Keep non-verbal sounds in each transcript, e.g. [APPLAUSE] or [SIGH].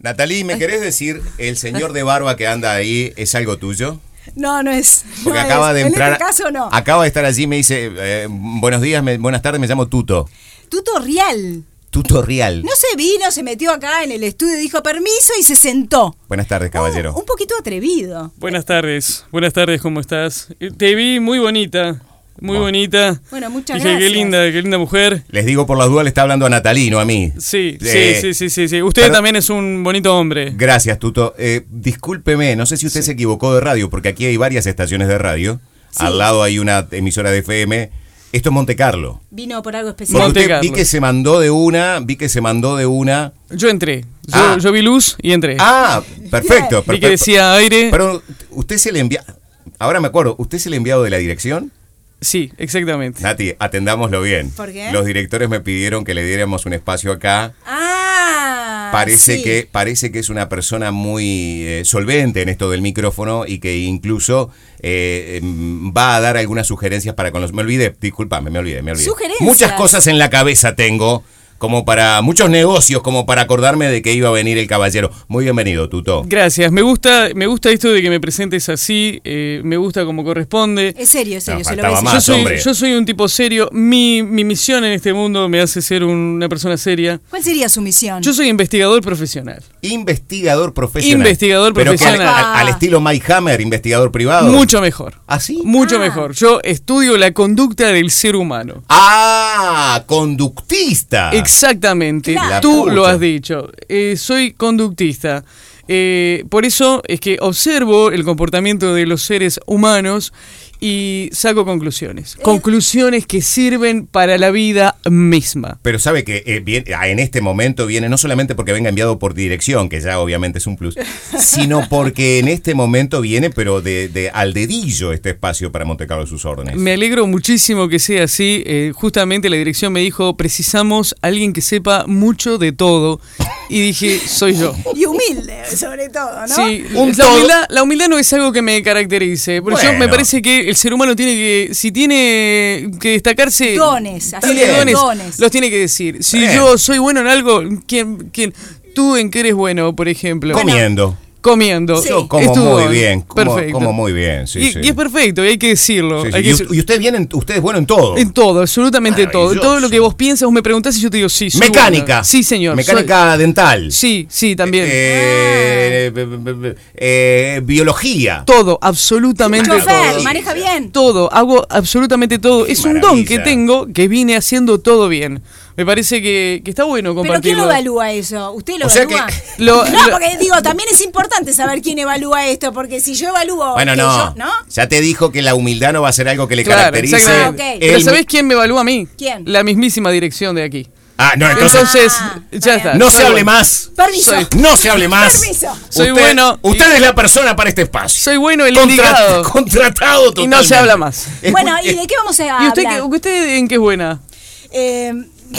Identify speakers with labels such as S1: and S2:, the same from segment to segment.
S1: Natalí, ¿me
S2: [LAUGHS]
S1: querés decir el señor de barba que anda ahí es algo tuyo?
S2: No, no es.
S1: Porque
S2: no
S1: acaba
S2: es.
S1: de
S2: En
S1: entrar.
S2: este caso no.
S1: Acaba de estar allí me dice, eh, buenos días, me- buenas tardes, me llamo Tuto.
S2: Tutorial.
S1: Tuto Real.
S2: No se vino, se metió acá en el estudio, dijo permiso y se sentó.
S1: Buenas tardes, caballero.
S2: Oh, Un poquito atrevido.
S3: Buenas tardes, buenas tardes, ¿cómo estás? Eh, Te vi muy bonita, muy
S1: Bueno.
S3: bonita.
S2: Oh. Bueno, muchas
S3: Dije,
S2: gracias.
S3: qué linda, qué linda mujer.
S1: Les digo por las dudas, le está hablando a Natalí, no a mí.
S3: Sí,
S1: Eh,
S3: sí, sí, sí, sí, sí. Usted
S1: pero-
S3: también es un bonito hombre.
S1: Gracias, Tuto. Eh, discúlpeme, no sé si usted se equivocó de radio, porque aquí hay varias estaciones de radio. Al lado hay una emisora de FM. Esto es Monte Carlo.
S2: Vino por algo especial.
S1: Porque
S3: Monte
S1: usted vi
S3: Carlo.
S1: que se mandó de una, vi que se mandó de una.
S3: Yo entré, yo,
S1: Ah.
S3: yo vi luz y entré.
S1: Ah, perfecto.
S3: Eh. vi que
S1: perfecto.
S3: decía aire.
S1: Pero usted se le envía. Ahora me acuerdo, ¿usted es el enviado de la dirección?
S3: Sí, exactamente.
S1: Nati, atendámoslo bien.
S2: ¿Por qué?
S1: Los directores me pidieron que le diéramos un espacio acá.
S2: Ah.
S1: Parece,
S2: sí.
S1: que, parece que es una persona muy eh, solvente en esto del micrófono y que incluso eh, em, va a dar algunas sugerencias para con los... Me olvidé, discúlpame, me olvidé, me olvidé.
S2: Sugerencias.
S1: Muchas cosas en la cabeza tengo, como para muchos negocios, como para acordarme de que iba a venir el caballero. Muy bienvenido, Tuto.
S3: Gracias, me gusta, me gusta esto de que me presentes así, eh, me gusta como corresponde.
S2: Es serio, es
S1: No,
S2: serio, se lo voy a
S1: faltaba
S2: decir.
S1: más,
S3: yo, soy,
S1: hombre.
S3: yo soy un tipo serio, mi, mi misión en este mundo me hace ser una persona seria.
S2: ¿Cuál sería su misión?
S3: Yo soy investigador profesional.
S1: Investigador profesional.
S3: Investigador
S1: Pero que al-
S3: profesional.
S1: al, al estilo Mike Hammer, investigador privado.
S3: Mucho mejor.
S1: ¿Ah, sí?
S3: Mucho
S2: Ah.
S3: mejor. Yo estudio la conducta del ser humano.
S1: Ah, conductista.
S3: Exactamente.
S1: Claro. Ah. La
S3: Tú
S1: pucha.
S3: lo has dicho. Eh, soy conductista. Eh, por eso es que observo el comportamiento de los seres humanos y saco conclusiones. Conclusiones que sirven para la vida misma.
S1: Pero sabe que eh, viene- ah, en este momento viene no solamente porque venga enviado por dirección, que ya obviamente es un
S3: [LAUGHS]
S1: plus, sino porque en este momento viene, pero de, de al dedillo este espacio para Monte Carlo y sus órdenes.
S3: Me alegro muchísimo que sea así. Eh, justamente la dirección me dijo, precisamos alguien que sepa mucho de todo. Y dije, soy yo.
S2: Y humilde, sobre todo, ¿no?
S3: Sí,
S1: Un
S3: la,
S1: todo.
S3: humildad, la humildad no es algo que me caracterice. Por eso
S1: Bueno.
S3: me parece que el ser humano tiene que, si tiene que destacarse.
S2: Dones, así
S3: tiene
S1: que
S3: dones,
S2: dones.
S3: Los tiene que decir. Si
S1: Bien.
S3: yo soy bueno en algo, ¿quién, quién, tú en qué eres bueno, por ejemplo?
S1: Comiendo.
S3: Comiendo.
S2: Sí.
S1: Yo como
S3: Es tu
S1: muy
S3: don.
S1: bien, como,
S3: Perfecto.
S1: como muy bien, sí,
S3: y,
S1: sí.
S3: y es perfecto, y hay que decirlo.
S1: Sí, sí.
S3: hay que
S1: Y,
S3: decir-
S1: y usted viene, en- usted es bueno en todo.
S3: en todo, absolutamente todo. En Todo lo que
S1: Maravilloso.
S3: vos piensas, vos me preguntás y yo te digo sí. soy
S1: Mecánica.
S3: bueno. Sí, señor.
S1: Mecánica dental.
S3: soy- sí, sí, también.
S1: Eh, b- b- b- eh, biología.
S3: todo, absolutamente
S2: Chofer,
S3: todo.
S2: maneja bien.
S3: todo, hago absolutamente todo. es un don
S1: maravilla.
S3: que tengo que vine haciendo todo bien. Me parece que, que está bueno
S2: Pero ¿quién lo
S3: compartirlo.
S2: evalúa eso? ¿Usted lo
S1: O sea
S2: evalúa?
S1: que-
S3: [LAUGHS] Lo-
S2: no,
S3: lo-
S2: porque digo, también es importante saber quién evalúa esto, porque si yo evalúo.
S1: Bueno,
S2: que
S1: no.
S2: yo- ¿No?
S1: Ya te dijo que la humildad no va a ser algo que le
S3: Claro,
S1: caracterice.
S3: exactamente.
S2: Ah, ok.
S3: Pero
S1: Él-
S3: ¿sabés quién me evalúa a mí?
S2: ¿Quién?
S3: La mismísima dirección de aquí.
S1: Ah, no, entonces.
S3: Entonces,
S2: está
S3: ya está.
S1: No se
S3: soy
S1: hable
S3: bueno.
S1: más.
S2: Permiso.
S3: Soy-
S1: No se hable más.
S2: Permiso.
S3: Soy
S1: Usted-
S3: bueno y-
S1: Usted es la persona para este espacio.
S3: Soy bueno el
S1: Contra-
S3: indicado.
S1: Contratado totalmente.
S3: Y no se habla más.
S1: Escu-
S2: Bueno, ¿y
S1: eh,
S2: de qué vamos a
S3: ¿Y usted, qué-
S2: hablar?
S3: usted en qué es buena?
S2: Eh,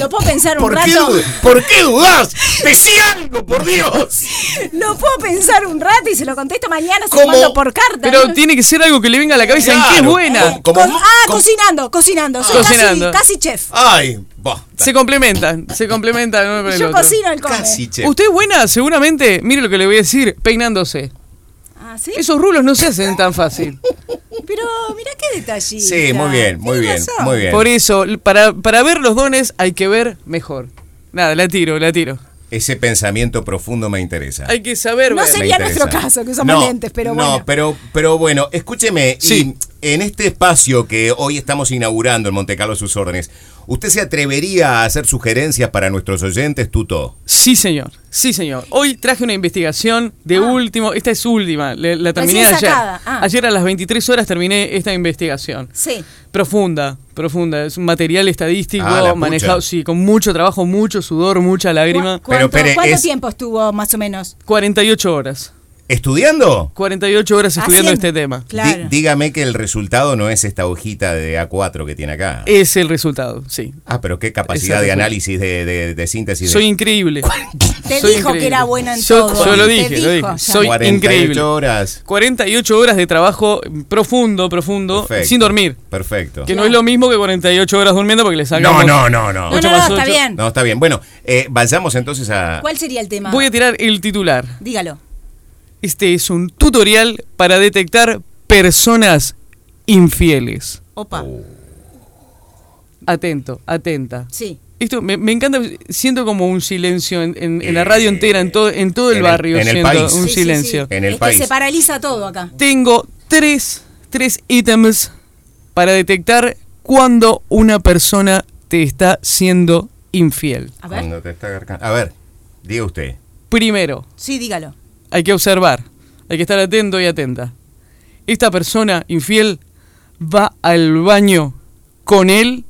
S2: ¿Lo puedo pensar un
S1: ¿Por qué,
S2: rato?
S1: dud- ¿Por qué dudas? Decí algo, por Dios.
S2: [LAUGHS] Lo puedo pensar un rato y se lo contesto mañana, se
S1: ¿Cómo?
S2: lo mando por carta.
S3: Pero
S2: ¿no?
S3: tiene que ser algo que le venga a la cabeza. ¿En qué es
S1: Claro.
S3: buena?
S1: Eh. como-
S2: Co- ah,
S1: como-
S2: cocinando, cocinando. Soy casi-
S3: Cocinando.
S2: Casi, chef.
S1: Ay, va.
S3: Se complementan, se complementan uno con el
S2: Yo
S3: otro.
S2: cocino el come.
S1: Casi, che.
S3: Usted es buena, seguramente, mire lo que le voy a decir, peinándose.
S2: Ah, ¿sí?
S3: Esos rulos no se hacen tan fácil.
S2: Pero mirá qué detallito.
S1: Sí, muy bien, muy bien, muy bien.
S3: Por eso, para, para ver los dones hay que ver mejor. Nada, la tiro, la tiro.
S1: Ese pensamiento profundo me interesa.
S3: Hay que saber
S2: No
S3: ver.
S2: sé-
S1: Me
S2: Sería nuestro caso, que usamos lentes, pero
S1: No,
S2: bueno.
S1: pero, pero bueno, escúcheme.
S3: Sí.
S1: Y en este espacio que hoy estamos inaugurando en Monte Carlo a sus órdenes, ¿usted se atrevería a hacer sugerencias para nuestros oyentes, Tuto?
S3: Sí, señor. Sí, señor. Hoy traje una investigación de último. Esta es última. le- La,
S2: Ah.
S3: terminé
S2: Recién
S3: ayer.
S2: sacada, ah.
S3: Ayer a las 23 horas terminé esta investigación.
S2: Sí.
S3: Profunda, profunda. Es un material estadístico
S1: Ah, la pucha.
S3: manejado, sí, con mucho trabajo, mucho sudor, mucha lágrima.
S2: ¿Cu- ¿Cuánto,
S1: Pero, Pere,
S2: cuánto
S1: es-
S2: tiempo estuvo más o menos?
S3: 48 horas.
S1: ¿Estudiando?
S3: 48 horas estudiando
S2: Haciendo.
S3: este tema.
S1: Di-
S2: Claro.
S1: dígame que el resultado no es esta hojita de A4 que tiene acá.
S3: Es el resultado, sí.
S1: Ah, pero qué capacidad de
S3: Eh, Exacto.
S1: análisis, de, de- de síntesis.
S3: Soy
S1: de
S3: increíble.
S2: Te
S3: Soy
S2: dijo que era buena en
S3: Yo-
S2: todo.
S3: Yo lo
S2: Te
S3: dije, lo
S2: dijo,
S3: dije.
S2: ya.
S3: Soy
S1: 48
S3: increíble.
S1: horas.
S3: 48 horas de trabajo profundo, profundo,
S1: Perfecto.
S3: sin dormir.
S1: Perfecto.
S3: Que no es lo mismo que 48 horas durmiendo porque le
S1: No,
S3: sacamos...
S1: no, no, no.
S2: No, no,
S3: Ocho
S2: no,
S3: más
S2: está
S3: ocho.
S2: bien.
S1: No, está bien. Bueno, eh, vayamos entonces a...
S2: ¿Cuál sería el tema?
S3: Voy a tirar el titular.
S2: Dígalo.
S3: Este es un tutorial para detectar personas infieles.
S2: Opa.
S1: Oh.
S3: Atento, atenta.
S2: Sí.
S3: Esto me, me encanta, siento como un silencio en, en- en la
S1: Eh,
S3: radio entera, en todo, en todo
S1: en
S3: el
S1: el-
S3: barrio,
S1: en el
S3: siento
S1: país.
S3: un
S2: Sí, sí,
S3: silencio.
S2: sí.
S1: En el
S2: Es que
S1: país.
S2: se paraliza todo acá.
S3: Tengo tres, tres ítems para detectar cuando una persona te está siendo infiel.
S2: A ver.
S1: Cuando te está agarcando. A ver, diga usted.
S3: Primero,
S2: Sí, dígalo.
S3: hay que observar, hay que estar atento y atenta. Esta persona infiel va al baño con el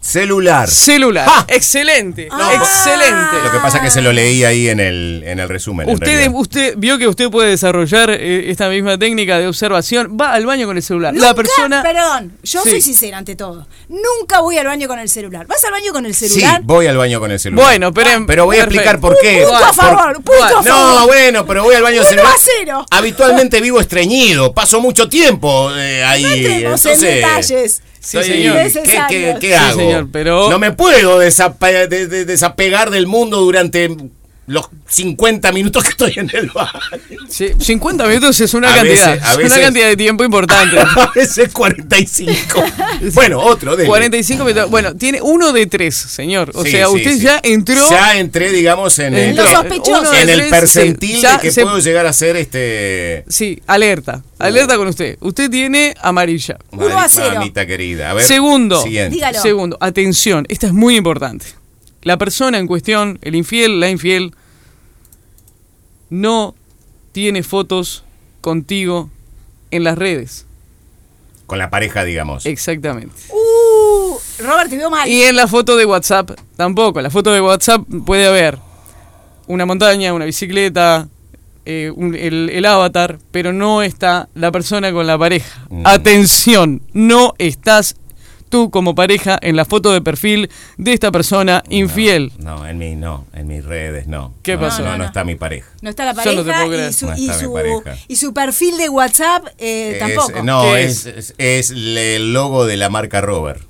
S1: Celular.
S3: celular.
S1: ¡Ah!
S3: Excelente,
S1: No,
S3: excelente.
S1: Lo que pasa es que se lo leí ahí en el, en el resumen. en
S3: Usted,
S1: realidad.
S3: usted vio que usted puede desarrollar eh, esta misma técnica de observación. Va al baño con el celular.
S2: Nunca-
S3: la persona.
S2: Perdón, yo
S3: Sí.
S2: soy sincera ante todo. Nunca voy al baño con el celular. ¿Vas al baño con el
S1: Sí,
S2: celular?
S1: voy al baño con el celular.
S3: Bueno, pero.
S1: Pero voy a explicar por qué.
S2: Punto a
S1: Por-
S2: favor, punto a
S3: bueno,
S1: No,
S2: favor.
S1: bueno, pero voy al baño
S2: Uno
S1: celular.
S2: a cero.
S1: Habitualmente vivo estreñido, paso mucho tiempo eh, ahí.
S2: entremos en
S1: entonces,
S2: detalles.
S3: Sí, señor.
S1: ¿Qué,
S2: Innecesarios.
S1: qué- qué
S3: Sí,
S1: hago?
S3: señor, pero-
S1: No me puedo desape- de- de- desapegar del mundo durante los 50 minutos que estoy en el
S2: [LAUGHS]
S1: baño.
S3: Sí, 50 minutos es una
S1: A
S3: cantidad.
S1: veces- a
S3: es
S1: veces-
S3: una cantidad de tiempo importante.
S1: [LAUGHS] A veces 45. Bueno, otro de
S3: 45 minutos. Bueno, tiene uno de tres, señor. O
S1: Sí,
S3: sea,
S1: sí,
S3: usted
S1: sí.
S3: ya entró.
S1: Ya entré, digamos, en el,
S2: En los sospechosos.
S3: uno de
S1: en el
S3: tres,
S1: percentil
S3: sí, ya
S1: de que
S3: se-
S1: puedo llegar a ser este.
S3: Sí, alerta. Alerta con usted. Usted tiene amarilla.
S2: Uno
S1: Mami-
S2: a cero.
S1: Mamita querida. A ver,
S3: Segundo.
S1: siguiente.
S2: Diga- Dígalo.
S3: Segundo, atención, esta es muy importante. La persona en cuestión, el infiel, la infiel, no tiene fotos contigo en las redes.
S1: Con la pareja, digamos.
S3: Exactamente.
S2: Uh, Robert, te veo mal.
S3: Y en la foto de WhatsApp tampoco. En la foto de WhatsApp puede haber una montaña, una bicicleta, eh, un- el, el avatar, pero no está la persona con la pareja.
S1: Mm.
S3: Atención, no estás tú como pareja en la foto de perfil de esta persona infiel.
S1: No, en mí no. En mis redes no.
S3: ¿Qué
S1: No,
S3: pasó?
S1: No, no,
S2: No, no.
S1: está mi pareja.
S2: No está la
S3: Yo no te
S2: pareja,
S3: puedo creer.
S2: y, su,
S1: No
S2: y,
S1: está mi
S2: su,
S1: pareja.
S2: y su perfil de WhatsApp eh,
S1: Es-
S2: tampoco.
S1: no,
S3: ¿Qué
S1: es, es, es el logo de la marca Robert.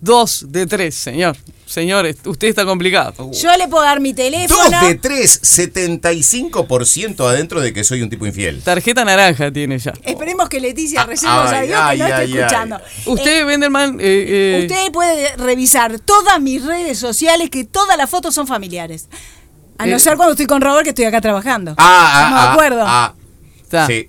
S3: Dos de tres, señor. Señores, usted está complicado.
S2: Yo le puedo dar mi teléfono.
S1: Dos de tres, 75% adentro de que soy un tipo infiel.
S3: Tarjeta naranja tiene ya.
S2: Esperemos que Leticia Reyes nos
S1: Ah, Ay,
S2: diga que no
S1: ay,
S2: esté
S1: ay,
S2: escuchando.
S1: ay.
S3: Usted, Venderman, eh, eh,
S2: Usted puede revisar todas mis redes sociales, que todas las fotos son familiares. A no
S3: Eh.
S2: ser cuando estoy con Robert, que estoy acá trabajando.
S1: Ah,
S2: Estamos
S1: ah,
S2: de acuerdo.
S1: ah,
S3: está.
S1: ah, sí.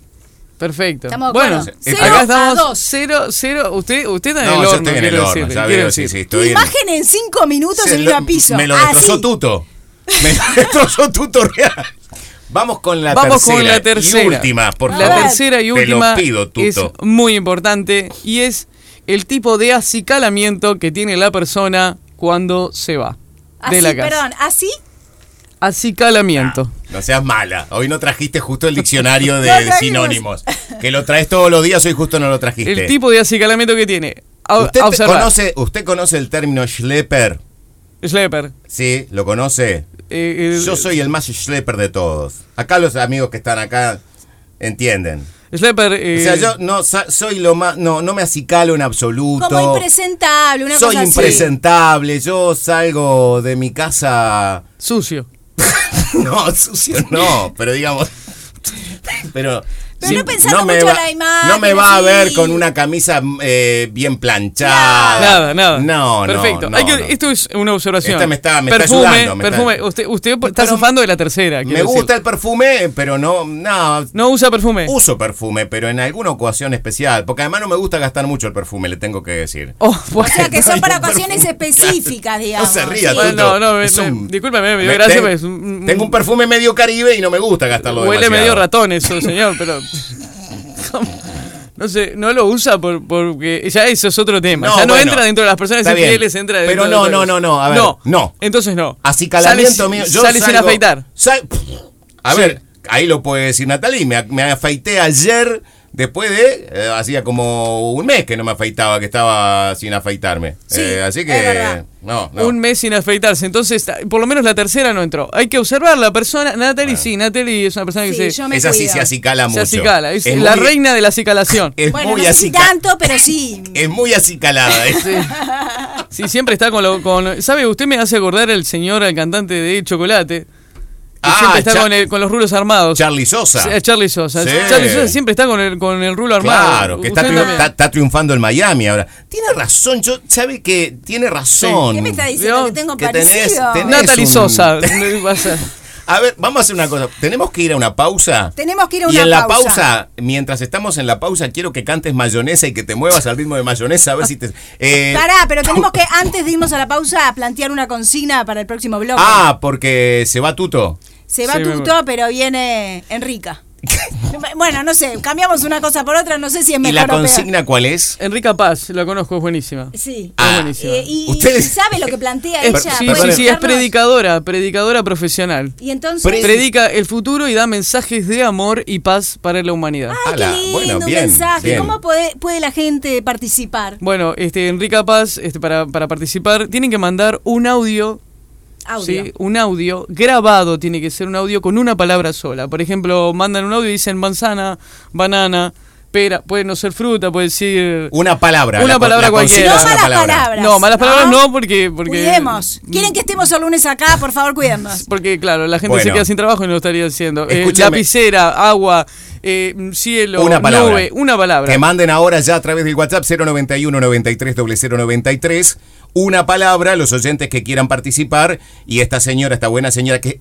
S3: Perfecto.
S2: Estamos de
S3: bueno, eh,
S2: acuerdo.
S1: Cero
S3: acá
S1: a
S3: estamos
S2: dos.
S3: cero, cero. Usted, usted está en
S1: No,
S3: el
S1: yo
S3: horno.
S1: estoy en el
S3: quiero
S1: horno,
S3: decirle,
S1: ya
S3: quiero
S1: veo, sí, sí,
S3: decirle.
S2: Tu
S1: estoy en-
S2: imagen en cinco minutos
S1: Se
S2: se,
S1: lo-
S2: iba a piso. Ah,
S1: Me lo
S2: Así.
S1: destrozó Tuto. Me [LAUGHS] lo destrozó Tuto Real. Vamos con la
S3: Vamos
S1: tercera.
S3: con la tercera.
S1: Y última, por
S2: A
S1: favor.
S3: La tercera y última
S1: Te lo pido,
S3: es
S1: Tuto.
S3: muy importante y es el tipo de acicalamiento que tiene la persona cuando se va
S2: Así,
S3: de la casa.
S2: perdón, así.
S3: Acicalamiento.
S1: No seas mala. Hoy no trajiste justo el
S2: [LAUGHS]
S1: diccionario de
S2: No trajimos.
S1: sinónimos. Que lo traes todos los días, hoy justo no lo trajiste.
S3: El tipo de acicalamiento que tiene. A-
S1: ¿Usted,
S3: a
S1: te-
S3: observar.
S1: conoce, usted conoce el término schlepper.
S3: Schlepper.
S1: Sí, lo conoce.
S3: Eh, eh,
S1: Yo soy el más schlepper de todos. Acá los amigos que están acá entienden.
S3: Schlepper.
S1: O
S3: eh,
S1: sea, yo no sa- soy lo más. No, no me acicalo en absoluto.
S2: Como impresentable, una
S1: soy
S2: cosa
S1: impresentable. Yo salgo de mi
S3: [LAUGHS]
S1: casa.
S3: Sucio.
S1: No, sucio no, pero digamos. Pero.
S2: Pero no pensando mucho
S1: va,
S2: en la imagen,
S1: No me va a
S2: así.
S1: ver con una camisa eh, bien planchada.
S3: Nada, nada.
S1: No, no.
S3: Perfecto.
S1: no,
S3: Hay que-
S1: no.
S3: Esto es una observación.
S1: Esta me está- me está
S3: perfume,
S1: ayudando, me está-
S3: perfume. Usted, usted está
S1: Pero-
S3: zafando de la tercera.
S1: me
S3: quiero decir.
S1: gusta el perfume, pero no. No,
S3: No usa perfume.
S1: uso perfume, pero en alguna ocasión especial. Porque además no me gusta gastar mucho el perfume, le tengo que decir.
S3: [LAUGHS] Oh, bueno.
S2: O sea, que
S1: [LAUGHS]
S2: son para
S1: Hay un
S2: ocasiones
S1: perfume,
S2: específicas, digamos,
S1: No se ría,
S2: sí.
S1: Tuto.
S3: Bueno, no, me-
S1: Es
S3: me-
S1: un-
S3: discúlpame, me dio gracia,
S1: ten-
S3: pero es un- un-
S1: Tengo un perfume medio caribe y no me gusta gastarlo
S3: Huele medio
S1: demasiado.
S3: ratón eso, señor, pero. [LAUGHS] ¿Cómo? No sé, no lo usa por, porque ya eso es otro tema.
S1: No,
S3: ya no
S1: bueno.
S3: entra dentro de las personas
S1: Está bien.
S3: infieles, entra
S1: Pero
S3: dentro de
S1: no,
S3: otra
S1: no,
S3: cosa.
S1: no, no, a ver, no.
S3: Entonces no.
S1: Así calamiento mío. Yo
S3: sale sin
S1: salgo-
S3: afeitar.
S1: sal- a
S3: Sí.
S1: ver, ahí lo puede decir Natalie, me, me afeité ayer después de, eh, hacía como un mes que no me afeitaba, que estaba sin afeitarme.
S2: Sí,
S1: Eh, así
S2: es
S1: que,
S2: verdad.
S1: no, no.
S3: Un mes sin afeitarse. Entonces, ta- por lo menos la tercera no entró. Hay que observar la persona. Natalie, sí, Natalie es una persona que
S2: Sí,
S3: se,
S2: yo me
S1: Esa sí
S2: cuido.
S1: se acicala
S3: se
S1: mucho. Eh,
S3: acicala. Es,
S1: Es
S3: la
S1: muy-
S3: reina de la
S1: [LAUGHS]
S3: acicalación.
S1: Es
S2: Bueno,
S1: muy
S2: no sé si
S1: acica-
S2: tanto,
S1: [LAUGHS]
S2: pero sí.
S1: Es muy
S2: [LAUGHS]
S1: acicalada. ¿eh?
S3: Sí, siempre está con lo. Con, ¿Sabe? Usted me hace acordar el señor, el cantante de Chocolate. Que
S1: Ah,
S3: siempre está
S1: Cha-
S3: con, el- con los rulos armados.
S1: Charlie Sosa.
S3: Sí, eh, Charlie Sosa.
S1: Sí.
S3: Charlie Sosa siempre está con el, con el rulo armado.
S1: Claro, que está,
S3: Usted
S1: triun-
S3: también.
S1: está- está triunfando en Miami ahora. Tiene razón, yo sabe que tiene razón.
S2: ¿Qué me está diciendo?
S3: Dios,
S2: que tengo
S1: que tenés-
S2: parecido.
S1: tenés-
S3: Natalie
S1: es un- [LAUGHS]
S3: Sosa. no pasa.
S1: A ver, vamos a hacer una cosa. Tenemos que ir a una pausa.
S2: Tenemos que ir a
S1: Y
S2: una
S1: en la pausa.
S2: pausa.
S1: mientras estamos en la pausa, quiero que cantes mayonesa y que te muevas al ritmo de mayonesa. A ver si te. eh,
S2: Ah, Pará,
S1: [LAUGHS]
S2: pero tenemos que, antes de irnos a la pausa, plantear una consigna para el próximo bloque.
S1: Ah, porque se va
S2: [LAUGHS]
S1: Tuto.
S2: Se va
S3: Sí, me-
S2: Tuto, pero viene Enrica. bueno, no sé, cambiamos una cosa por otra, no sé si es
S1: ¿Y
S2: mejor
S1: la
S2: o peor.
S1: consigna cuál es?
S3: Enrica Paz, la conozco, es buenísima.
S2: Sí.
S1: Ah.
S3: es buenísima.
S2: Eh, y,
S1: Ustedes- Eh,
S2: y sabe lo que plantea
S3: Es-
S2: ella? ¿Puede
S3: sí, sí, sí, es
S2: explicarnos?
S3: predicadora, predicadora profesional.
S2: Y entonces...
S1: Pre-
S3: Predica el futuro y da mensajes de amor y paz para la humanidad.
S2: Ay, ah, qué
S1: Ala,
S2: lindo,
S1: bueno,
S2: un
S1: bien,
S2: mensaje.
S1: bien.
S2: ¿Cómo puede, puede la gente participar?
S3: Bueno, este, Enrica Paz, este, para, para participar, tienen que mandar un audio,
S2: Audio.
S3: ¿sí? un audio grabado, tiene que ser un audio con una palabra sola. Por ejemplo, mandan un audio y dicen manzana, banana, pera, puede no ser fruta, puede decir...
S1: Una palabra.
S3: Una
S1: la-
S3: palabra
S1: la consigna
S3: cualquiera.
S1: es una
S2: No malas
S1: palabra.
S2: palabras.
S3: No, malas
S2: ¿no?
S3: palabras no, porque... porque mm.
S2: Cuidemos. ¿Quieren que estemos el lunes acá? Por favor, cuidemos.
S3: Porque, claro, la gente se
S1: Bueno.
S3: queda sin trabajo y no lo estaría haciendo. Eh,
S1: Escúchame.
S3: lapicera, agua, eh, cielo,
S1: Una palabra.
S3: nube, una palabra.
S1: Que manden ahora ya a través del WhatsApp 091 93 0093. Una palabra, los oyentes que quieran participar. Y esta señora, esta buena señora que.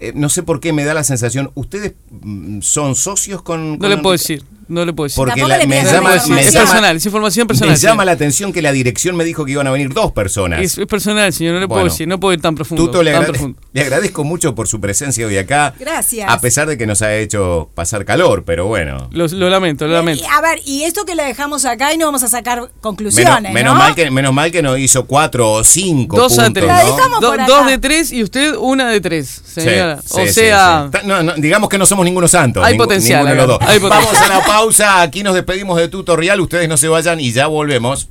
S1: eh, no sé por qué me da la sensación. ¿Ustedes mm, son socios con.?
S3: no
S1: con
S3: le
S1: Enrique?
S3: puedo decir, no le puedo decir.
S1: Porque
S2: Tampoco
S1: la-
S2: le
S1: me
S2: pidas
S1: llama,
S2: información.
S1: me
S3: es
S1: llama-
S3: personal, es información personal.
S1: me
S3: sí.
S1: llama la atención que la dirección me dijo que iban a venir dos personas.
S3: es, es personal, señor, no le puedo
S1: Bueno.
S3: decir, no puedo ir tan profundo.
S1: Tuto, le,
S3: tan
S1: agrade-
S3: profundo.
S1: le agradezco mucho por su presencia hoy acá.
S2: Gracias.
S1: A pesar de que nos ha hecho pasar calor, pero bueno.
S3: Lo, lo lamento, lo
S2: Y,
S3: lamento.
S2: a ver, y esto que le dejamos acá y no vamos a sacar conclusiones,
S1: Menos, menos
S2: ¿no?
S1: mal que, menos mal que nos hizo cuatro o cinco.
S3: Dos a
S1: puntos,
S3: tres.
S2: La
S1: ¿no?
S2: dejamos
S3: Do-
S2: por acá.
S3: dos de tres y usted una de tres,
S1: Sí,
S3: señora.
S1: sí,
S3: o
S1: sí,
S3: sea,
S1: sí. Ta- no, no, digamos que no somos ninguno santo.
S3: Hay
S1: ningú-
S3: potencial
S1: ninguno de
S3: acá,
S1: los dos.
S3: hay
S1: Vamos
S3: potencial.
S1: a la pausa. Aquí nos despedimos de tutorial. Ustedes no se vayan y ya volvemos.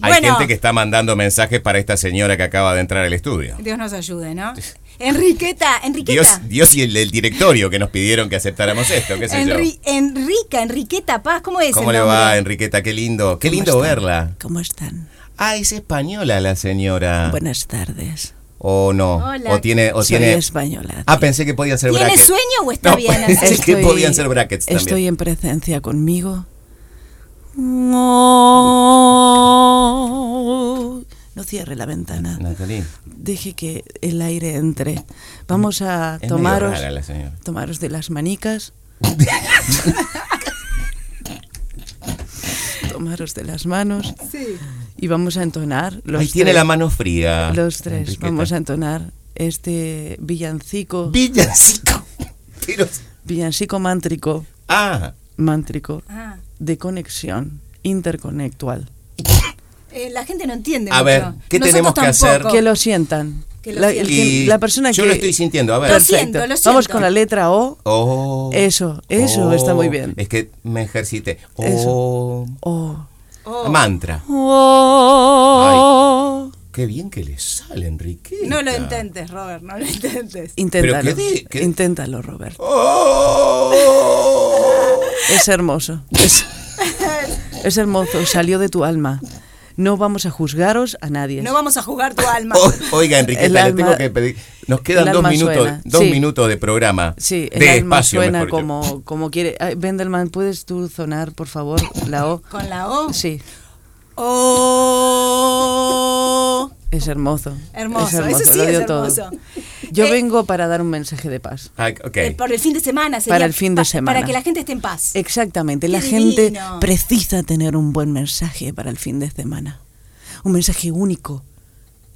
S1: Hay
S2: Bueno.
S1: gente que está mandando mensajes para esta señora que acaba de entrar al estudio.
S2: Dios nos ayude, ¿no? Enriqueta,
S1: Dios,
S2: Enriqueta.
S1: Dios y el, el directorio que nos pidieron que aceptáramos esto, qué sé yo.
S2: Enri- Enrica, Enriqueta Paz, ¿cómo es?
S1: ¿Cómo
S2: el
S1: le
S2: nombre?
S1: va, Enriqueta? Qué lindo, qué lindo verla.
S4: ¿Cómo están?
S1: Ah, es española la señora.
S4: Buenas tardes.
S1: O no.
S2: Hola.
S1: O tiene, Ah. o
S4: Soy
S1: tiene.
S4: española.
S1: Ah, pensé que podía ser
S2: ¿Tiene
S1: brackets.
S2: sueño o está bien así?
S1: pensé que podían ser brackets también.
S4: Estoy en presencia conmigo. No cierre la ventana.
S1: Natalie.
S4: Deje que el aire entre. Vamos a
S1: Es medio
S4: tomaros,
S1: rara la señora.
S4: tomaros de las
S1: [LAUGHS]
S4: manicas. tomaros de las manos
S2: Sí.
S4: y vamos a entonar los
S1: Ahí tiene
S4: tres-
S1: la mano fría.
S4: los tres.
S1: Ah, Enriqueta.
S4: Vamos a entonar este villancico,
S1: Villancico. [LAUGHS] Pero.
S4: villancico mántrico,
S1: Ah.
S4: mántrico.
S2: Ah,
S4: de conexión interconectual.
S2: eh, la gente no entiende.
S1: A
S2: mucho.
S1: ver, ¿qué tenemos que hacer?
S4: Que lo sientan.
S2: Que lo
S4: la, el
S1: Y
S4: que- la persona
S1: yo
S4: que...
S1: lo estoy sintiendo, a ver.
S2: Lo siento, lo
S4: Vamos
S2: siento.
S4: con la letra O.
S1: Oh.
S4: Eso, eso
S1: Oh.
S4: está muy bien.
S1: Es que me ejercité. Oh.
S4: Eso. O.
S2: Oh.
S1: Mantra.
S4: O.
S1: Qué bien que le sale, Enrique.
S2: No lo intentes, Robert, no lo intentes.
S4: Inténtalo.
S1: Pero que di- que-
S4: Inténtalo, Robert.
S1: Oh.
S4: Es hermoso.
S2: [LAUGHS]
S4: Es, es hermoso. Salió de tu alma. No vamos a juzgaros a nadie.
S2: No vamos a
S1: [LAUGHS]
S2: jugar tu alma.
S1: O- Oiga, Enriqueta,
S4: El
S1: le
S4: alma-
S1: tengo que pedir. Nos quedan
S4: el
S1: dos
S4: alma
S1: minutos,
S4: suena.
S1: dos
S4: Sí.
S1: minutos de programa.
S4: Sí, el
S1: de
S4: alma
S1: espacio,
S4: suena
S1: mejor dicho.
S4: como, como quiere. Ay, Bendelman, ¿puedes tú zonar, por favor, la O?
S2: Con la O.
S4: Sí.
S2: O.
S4: Es hermoso.
S2: Hermoso, eso sí
S4: lo
S2: es
S4: dio
S2: hermoso.
S4: todo. Yo
S2: Eh,
S4: vengo para dar un mensaje de paz.
S1: Ah, ok.
S2: Eh, por el fin de semana sería
S4: Para el fin de
S2: pa-
S4: semana. Eh.
S2: Para que la gente esté en paz.
S4: Exactamente,
S2: Qué
S4: la gente
S2: divino.
S4: precisa tener un buen mensaje para el fin de semana. Un mensaje único,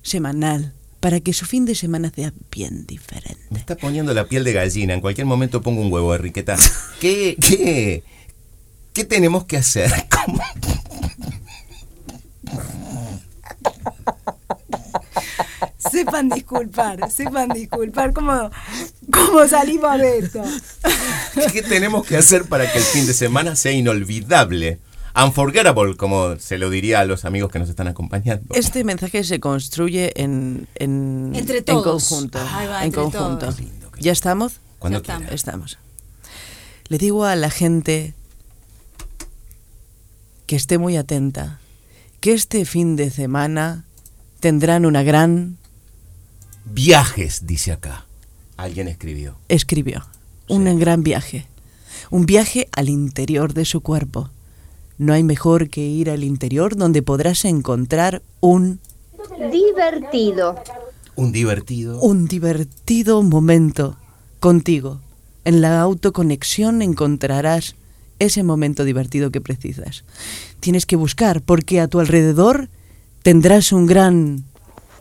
S4: semanal, para que su fin de semana sea bien
S1: Me
S4: diferente.
S1: está poniendo la piel de gallina. En cualquier momento pongo un huevo, Enriqueta. ¿Qué, qué, qué tenemos que hacer? [LAUGHS] ¿Cómo?
S2: Sepan disculpar, sepan disculpar cómo, cómo salimos de esto.
S1: ¿Qué tenemos que hacer para que el fin de semana sea inolvidable? Unforgettable, como se lo diría a los amigos que nos están acompañando.
S4: Este mensaje se construye en, en,
S2: Entre
S4: en
S2: todos.
S4: conjunto.
S2: Ahí va,
S4: en
S2: entre
S4: conjunto.
S2: todos.
S4: ¿Ya estamos?
S1: Cuando
S2: Ya estamos.
S1: quieras.
S4: Estamos. Le digo a la gente que esté muy atenta, que este fin de semana tendrán una gran
S1: Viajes, dice acá. Alguien escribió.
S4: escribió. Un gran viaje. Un viaje al interior de su cuerpo. No hay mejor que ir al interior donde podrás encontrar un,
S5: divertido.
S1: Un divertido.
S4: un divertido momento contigo. En la autoconexión encontrarás ese momento divertido que precisas. Tienes que buscar porque a tu alrededor tendrás un gran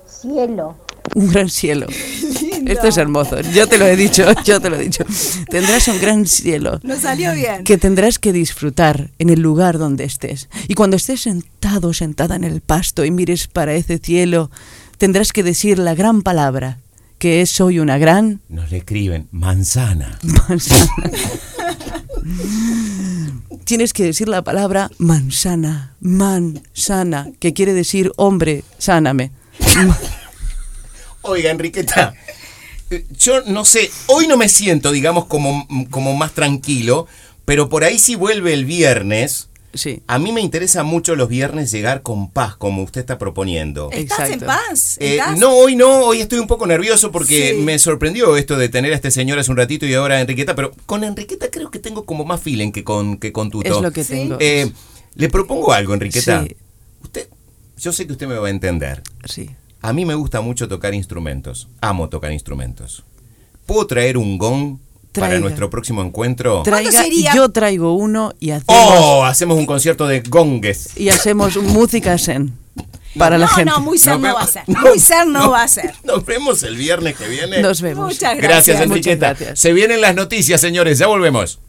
S5: Cielo.
S4: un gran cielo. Esto es hermoso. Yo te lo he dicho, yo te lo he dicho. Tendrás un gran cielo.
S2: Nos salió bien.
S4: que tendrás que disfrutar en el lugar donde estés. Y cuando estés sentado, sentada en el pasto y mires para ese cielo, tendrás que decir la gran palabra, que es soy una gran
S1: Nos le escriben manzana.
S4: manzana. [LAUGHS] Tienes que decir la palabra manzana, manzana, que quiere decir hombre, sáname.
S1: Oiga, Enriqueta, eh, yo no sé, hoy no me siento, digamos, como, como más tranquilo, pero por ahí si vuelve el viernes,
S4: Sí.
S1: a mí me interesa mucho los viernes llegar con paz, como usted está proponiendo.
S2: ¿Estás en
S4: Exacto.
S2: paz?
S1: Eh,
S2: ¿Estás?
S1: no, hoy no, hoy estoy un poco nervioso porque
S2: Sí.
S1: me sorprendió esto de tener a este señor hace un ratito y ahora a Enriqueta, pero con Enriqueta creo que tengo como más feeling que con, que con Tuto.
S4: Es lo que
S2: Sí.
S4: tengo.
S1: Eh, le propongo algo, Enriqueta.
S4: Sí.
S1: Usted, yo sé que usted me va a entender.
S4: Sí.
S1: A mí me gusta mucho tocar instrumentos. Amo tocar instrumentos. ¿Puedo traer un gong para
S4: Traiga.
S1: nuestro próximo encuentro?
S2: Tra-
S4: Traiga-
S2: sería?
S4: Yo traigo uno y hacemos,
S1: ¡Oh! Hacemos un concierto de gongues.
S4: y hacemos música zen para la
S2: no,
S4: gente.
S2: no, muy ser
S1: Nos
S2: no va a
S1: vemos-
S2: ser. Muy ser no va a ser.
S1: [LAUGHS] Nos vemos el viernes que viene.
S4: Nos vemos.
S2: Muchas gracias.
S1: Gracias,
S4: Muchas
S1: Enriqueta.
S4: gracias.
S1: Se vienen las noticias, señores. Ya volvemos.